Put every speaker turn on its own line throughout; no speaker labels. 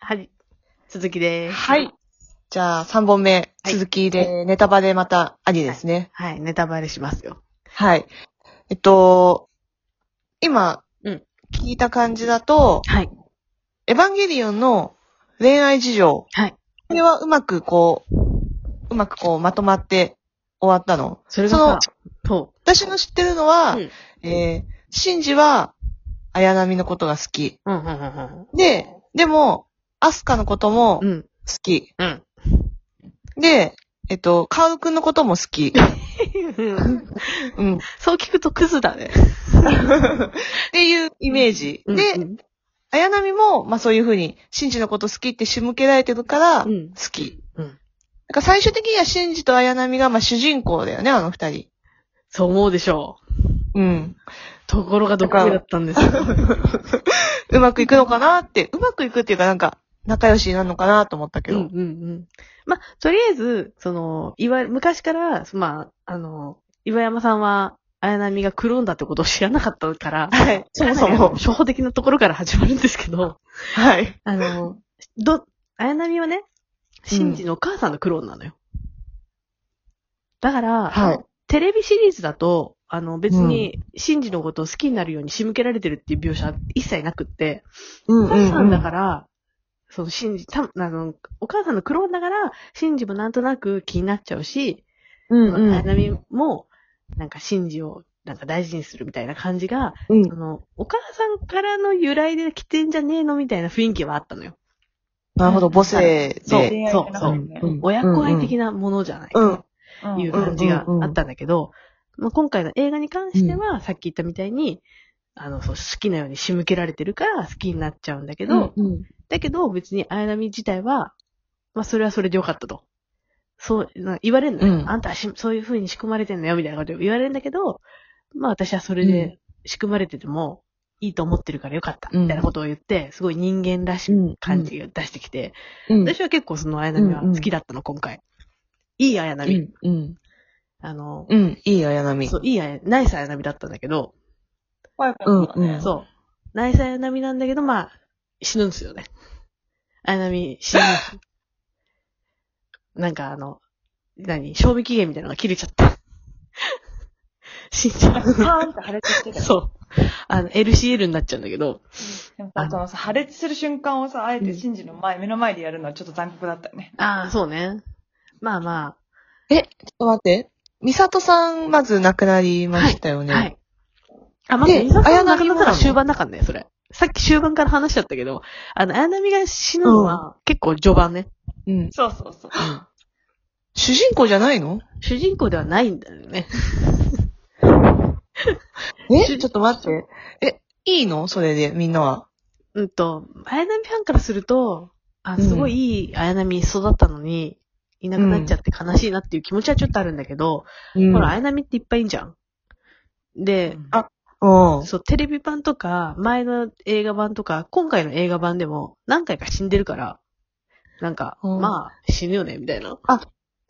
はい。続きです。
はい。じゃあ、3本目、
はい
続きで、ネタバレまたありですね。
はい。ネタバレしますよ。
はい。えっと、今、
うん
聞いた感じだと、
はい。
エヴァンゲリオンの恋愛事情。
はい
これはうまくこう、うまくこうまとまって終わったの。
それがさ、と、
私の知ってるのは、
うん
えー、シンジは、綾波のことが好き。
うん、うん、うん、
で、でも、アスカのことも
う
好
ん。
き。
うん。
で、えっと、カウくんのことも好 き。
うん。
うん。っ
そう聞くとクズだね。
ていうイメージ。
う
で、
ん、
綾波も、まあそういうふうに、シンジのこと好きって仕向けられてるから、
う
好
ん。
き。
うん
なんか最終的にはシンジと綾波が、まあ主人公だよね、あの二人。
そう思うでしょう。
うん。
ところがどこだったんですよ。
うまくいくのかなって、うまくいくっていうかなんか、仲良しになるのかなと思ったけ
うん
ど。
うんうん。まあ、とりあえず、その、いわ、昔から、まあ、あの、岩山さんは、綾波がクローンだってことを知らなかった から、
はい。そもそ
かなりあの
も。
初歩的なところから始まるんですけど、
はい。
あの、ど、綾波はね、シンジのお母さんのクローンなのよ。だから、
はい。
テレビシリーズだと、あの、別に、シンジのことを好きになるように仕向けられてるっていう描写は一切なくって、
うん。
お母さんだからら、その、シンジ、た、あの、お母さんのクローンだから、シンジもなんとなく気になっちゃうし、
うん
綾、波も、なんかシンジを、なんか大事にするみたいな感じが、
うん
そ。の、お母さんからの由来で来てんじゃねえのみたいな雰囲気はあったのよ。
なるほど、母性
そうそう、
で。、
恋愛
そ
の
う
中。でね
うん
親子愛的なものじゃないか
うん。
うん
という感じがあったんだけど、まあ、今回の映画に関しては、さっき言ったみたいに、あの、そう、好きなように仕向けられてるから好きになっちゃうんだけど、
うん。
だけど別に綾波自体は、まあ、それはそれでよかったと。そう、な言われるのよ。
うん
あんたはしそういう風に仕組まれてんのよ、みたいなこと言われるんだけど、まあ私はそれで仕組まれててもいいと思ってるからよかった、
うん
みたいなことを言って、すごい人間らしい
うん。
感じを出してきて、
うん。
私は結構その綾波は好きだったの、今回。いい綾
う
波。
ん。うん。
あの、
うん。いいよ、綾波。
そう、いい綾、ナイス綾波だったんだけど、
怖いことだね
うんうん
そう。ナイス綾波なんだけど、まあ、死ぬんですよね。綾波死ぬ。 なんかあの、何賞味期限みたいなのが切れちゃった。死んじゃ
パ ーンって破裂して
う。
たよ。
そう。あの、LCL になっちゃうんだけど、
でもさ、そのさ、破裂する瞬間をさ、あえてシンジの前、目の前でやるのはちょっと残酷だったよね。
ああ、そうね。まあま
ちょっと待って。美里さん、まず亡くなりましたよ
あ、
ね。
はい。あ、まず、
で
伊沢さんが亡く
綾波
なっ
も
た
な
ら
の
終盤だからね、それ。さっき終盤から話しちゃったけど、あの、綾波が死ぬのは、結構序盤ね。
うん。
そうそうそう。
主人公じゃないの
主人公ではないんだよね。
えちょっと待って。え、いいのそれで、みんなは。
うんと、綾波ファンからすると、あ、すごいいい綾波育ったのに、いなくなっちゃって悲しいなっていう気持ちはちょっとあるんだけど、
う
ほら、綾波っていっぱいいんじゃん。で、
あ、
うん。
そう、テレビ版とか、前の映画版とか、今回の映画版でも何回か死んでるから、なんか、
うん
まあ、死ぬよね、みたいな。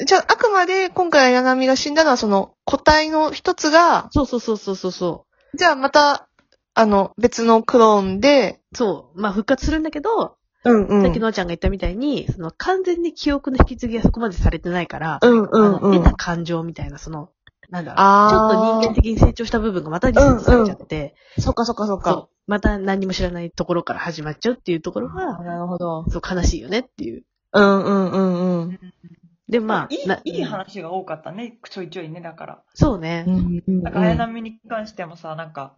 じゃあ、あくまで、今回、綾波が死んだのは、その、個体の一つが、
そうそうそうそうそうそ
じゃあ、また、あの、別のクローンで、
う。そう、まあ復活するんだけど、
うんう
さっきのあちゃんが言ったみたいに、その完全に記憶の引き継ぎはそこまでされてないから、
うん
あ
うん
の
うん。
得た感情みたいな、その、なんだろう、
あー
ちょっと人間的に成長した部分がまたリセットされちゃって、
そっかそっかそっ
そ
か。
うまた何も知らないところから始まっちゃうっていうところ
あ
が、
なるほど。
そう悲しいよねっていう。
うんうんうんうん。
で、まあ、
い、
ない
いい話が多かったね、ちょいちょいね、だから。
そうね。
なんか、綾波に関してもさ、なんか、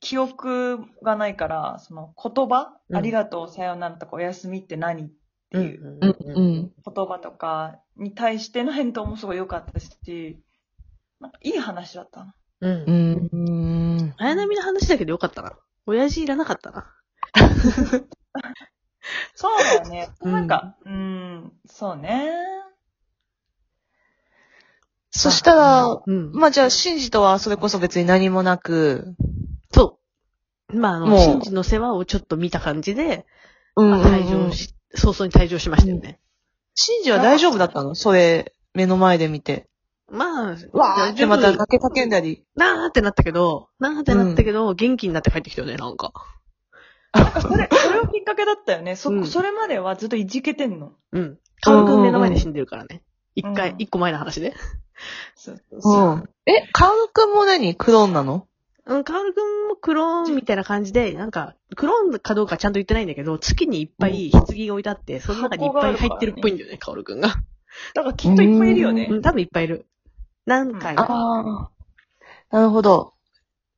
記憶がないから、その言葉、
うん
ありがとう、さよならとか、おやすみって何って
うん
いう
う
うんん
う
うんん。
言葉とかに対しての返答もすごい良かったし、なんかいい話だったな。
う。
うんん。うん。
綾波の話だけどよかったな。親父いらなかったな。
そうだよね。
うん
なんか、うーん、そうね。
そしたら、
うん。
まあじゃあ、シンジとはそれこそ別に何もなく、
そう。まあ、あ
も
の、
う
シンジの世話をちょっと見た感じで、
うん
まあ退場し、早々に退場しましたよね。
シンジは大丈夫だったのそれ、目の前で見て。
まあ、
わーってまた泣け叫んだり。
なーってなったけど、なーってなったけど、元気になって帰ってきたよね、なんか。
なんかそれ、それをきっかけだったよね。そ、
うん
それまではずっといじけてんの。
うん。カオルくん目の前で死んでるからね。一
う
回
ん、
一個前の話で。
そうそう
う
そう。
ん。え、カウン君も何クローンなの
うん、カオルくんもクローンみたいな感じで、なんか、クローンかどうかちゃんと言ってないんだけど、月にいっぱい棺が置いてあって、その中にいっぱい入ってるっぽいんだよね、カオルくんが。
だからきっといっぱいいるよね
う。ん、多分いっぱいいる。何回か。
ああ。なるほど。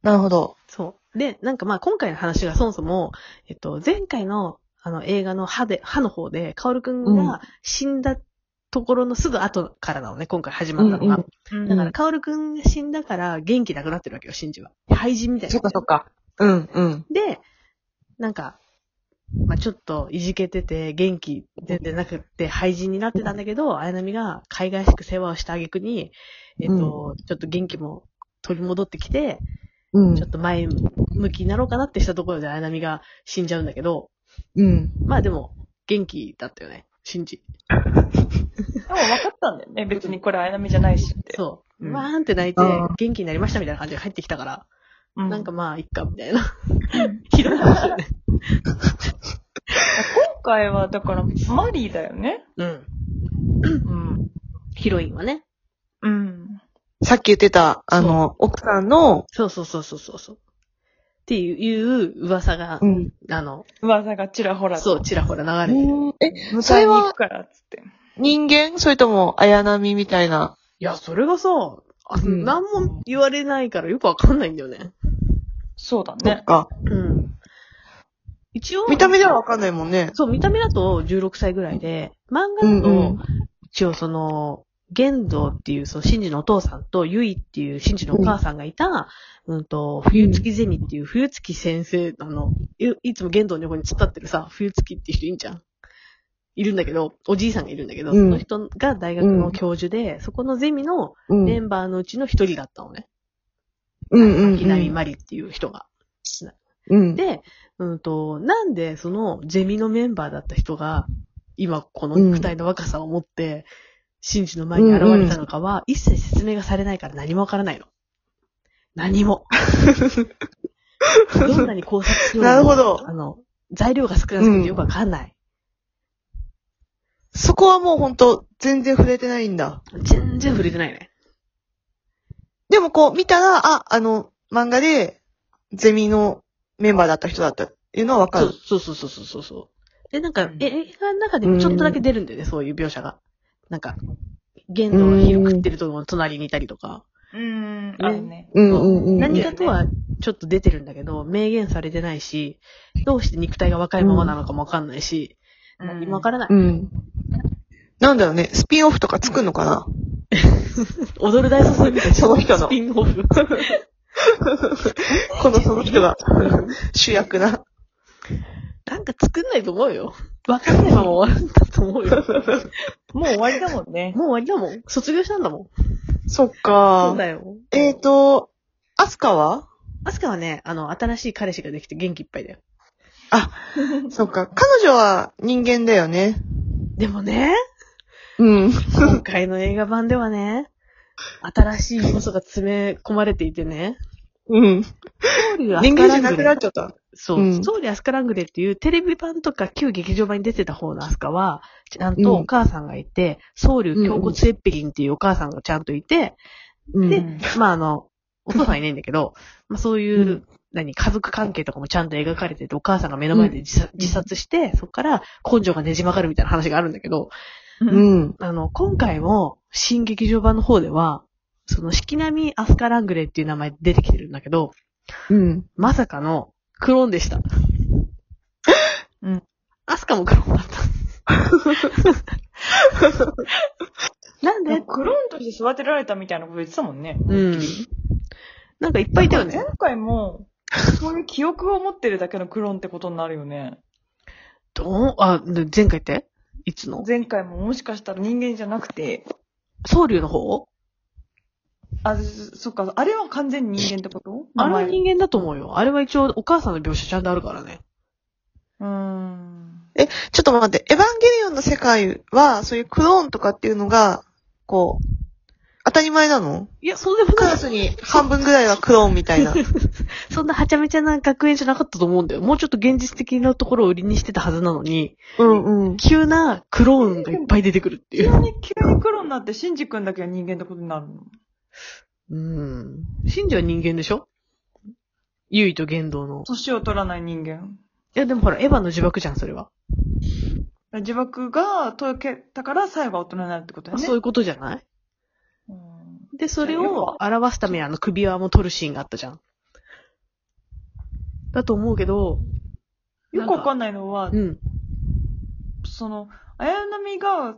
なるほど。
そう。で、なんかまあ今回の話がそもそも、えっと、前回のあの映画の歯で、歯の方で、カオルくん
うん
が死んだところのすぐ後からなのね、今回始まったのが。
うん
うん
だから、カオルくんが死んだから元気なくなってるわけよ、シンジは。廃人みたいな。
そっかそっか。うん、うん。
で、なんか、まあちょっといじけてて、元気全然なくって、廃人になってたんだけど、綾波が海外しく世話をした挙句に、えっと、ちょっと元気も取り戻ってきて、
うん
ちょっと前向きになろうかなってしたところで綾波が死んじゃうんだけど、
うん。
まあでも、元気だったよね。信じ。
でも分かったんだよね。別にこれ、あやなみじゃないしって。
そう。
うん
わーんって泣いて
あー、
元気になりましたみたいな感じで入ってきたから、
う
なんか
今
まあ、いっか、みたい な。ひどい話だよね。
回は、だから、マリーだよね。
うん。
うん。
ヒロインはね。
うん。
さっき言ってた、あの、奥さんの、
そうそうそうそうそうそう。っていう噂が、
うん。
あの、
噂がちらほらと。
そう、ちらほら流れてる。
え、
迎
それ
えに行
は
くから、つって。
人間それとも、綾波みたいな。
いや、それがさ、あ
うん
何も言われないからよくわかんないんだよね。
そうだ
そ
ね
っ。か。
うん。一応、
見た目ではわかんないもんね。
そう、見た目だと16歳ぐらいで、漫
う
画
ん
だと、
うん。
一応その、玄道っていう、その、真治のお父さんと、ゆいっていう真治のお母さんがいた、うん、と、冬月ゼミっていう、冬月先生、あの、いいつも玄道の横に突っ立ってるさ、冬月っていう人いんじゃん。いるんだけど、おじいさんがいるんだけど、
うん
その人が大学の教授で、そこのゼミの
うん。
メンバーのうちの一人だったのね。
うんうんうん。
ひなみまりっていう人が。
うん。
で、うんと、なんでそのゼミのメンバーだった人が、今この肉体の若さを持って、真珠の前に現れたのかは、一切説明がされないから何もわからないの。何 も。どんなに考察する
なるほど
あの、材料が少なすぎてよくわかんない。
そこはもうほんと、全然触れてないんだ。
全然触れてないね。
でもこう、見たら、あ、あの、漫画で、ゼミのメンバーだった人だったっていうのはわかる。
そうそうそうそうそうそう。で、なんか、
うん
え映画の中でもちょっとだけ出るんだよね、そういう描写が。なんか、言動が昼食ってるところの隣にいたりとか。
うん。あるね。
うん
うん
何
が
かとはちょっと出てるんだけど、明言されてないし、どうして肉体が若いままなのかもわかんないし、何もわからない。
うん。なんだろうね、スピンオフとか作んのか な
踊る大捜査みたいな。
その人の
スピンオフ。
このその人が主役な。
なんか作んないと思うよ。わかんないまま終わるんだと思うよ。
もう終わりだもんね。
もう終わりだもん。卒業したんだもん。
そっ
そ
か
う。だよ。
えーと、アスカは
アスカはね、あの、新しい彼氏ができて元気いっぱいだよ。
そっか。彼女は人間だよね。
でも ね、
うん。
今回の映画版ではね、新しい要素が詰め込まれていてね、
うん。人
人
間じゃなくなっちゃった。
そう、
うん
ストーリーアスカラングレっていうテレビ版とか旧劇場版に出てた方のアスカは、ちゃんとお母さんがいて、僧侶京骨エッペリンっていうお母さんがちゃんとい て、
うん
で
うん、
まああの、お父さんいないんだけど、まあそういう、
うん
何、家族関係とかもちゃんと描かれてて、お母さんが目の前で自殺,、自殺して、そこから根性がねじ曲がるみたいな話があるんだけど、
うん。
うん。
あの、今回も新劇場版の方では、その、四季並みアスカラングレっていう名前で出てきてるんだけど、
うん。
まさかのクローンで した。
うん。
アスカもクローンだった。 なんで
クローンとして育てられたみたいなこと言ってたもんね。
うん。なんかいっぱいいたよね
前。回も、そういう記憶を持ってるだけのクローンってことになるよね。
どうあ、で前回っていつの
前回ももしかしたら人間じゃなくて、
僧侶の方
あ、そそっか、あれは完全に人間ってこと
あれは
名前
人間だと思うよ。あれは一応お母さんの描写ちゃんとあるからね。
うーん。
ちょっと待って、エヴァンゲリオンの世界は、そういうクローンとかっていうのが、こう、当たり前なの
いや、そうでも
ク
な
ラ
い。
スに半分ぐらいはクローンみたいな。
そう そんなはちゃめちゃな学園じゃなかったと思うんだよ。もうちょっと現実的なところを売りにしてたはずなのに、
うんうん。
急なクローンがいっぱい出てくるってい
急
う。
に、急に黒になって、シンジ君だけが人間ってことになるの。
うん。信者は人間でしょゆいと言動の。
年を取らない人間。
いや、でもほら、エヴァの自爆じゃん、それは。
自爆が解けたから、最後は大人になるってことだよね。
そういうことじゃない
うん
で、それ
じゃあ要
を表すためにあの首輪も取るシーンがあったじゃん。だと思うけど、
よくわかんないのは
う、ん。
その、綾波が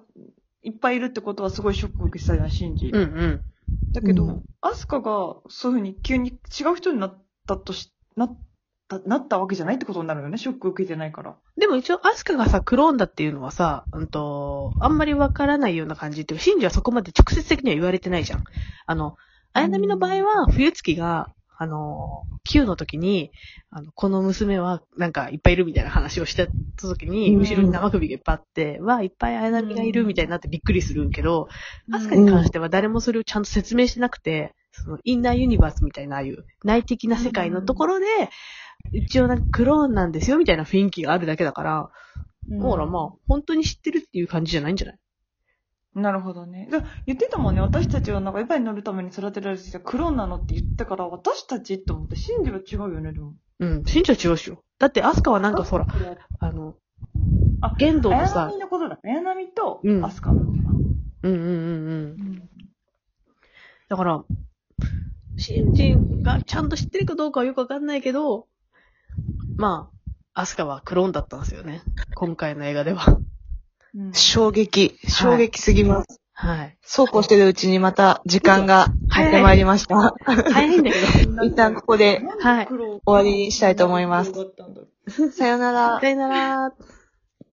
いっぱいいるってことはすごいショックを受けてたじゃん、シンジ。
うんうん。
だけど、
うん
アスカがそういうふうに急に違う人になったとし、なった、なったわけじゃないってことになるよね。ショック受けてないから。
でも一応、アスカがさ、クローンだっていうのはさ、うんと、あんまりわからないような感じっていうか、シンジはそこまで直接的には言われてないじゃん。あの、綾波の場合は、冬月が、あの、Q の時に、あの、この娘はなんかいっぱいいるみたいな話をした時に、
うん
後ろに生首がいっぱいあって、わ、いっぱい綾波がいるみたいになってびっくりするけど、アスカに関しては誰もそれをちゃんと説明してなくて、そのインナーユニバースみたいなああいう内的な世界のところで、一応なんかクローンなんですよみたいな雰囲気があるだけだから、
うん
ほらまあ、本当に知ってるっていう感じじゃないんじゃない
なるほどね。だ言ってたもんね、私たちはなんかエヴァに乗るために育てられてきたクローンなのって言ったから、私たちって思って、シンジは違うよね、でも。
うん、シンジは違うっしょ。だってアスカはなんかほら、あの、
あ
剣道
綾
のさ
波、のことだ。綾波と
うん
アスカのことだ。
うんうんうんうん。だから、シンジがちゃんと知ってるかどうかはよくわかんないけど、まあ、アスカはクローンだったんですよね。今回の映画では。
うん
衝撃。衝撃すぎます。
はい。
そうこうしてるうちにまた時間がやってまいりました。
早いんだけど。
一旦ここで
はい
終わりにしたいと思います
終わったんだろう
さよなら
さ。よなら。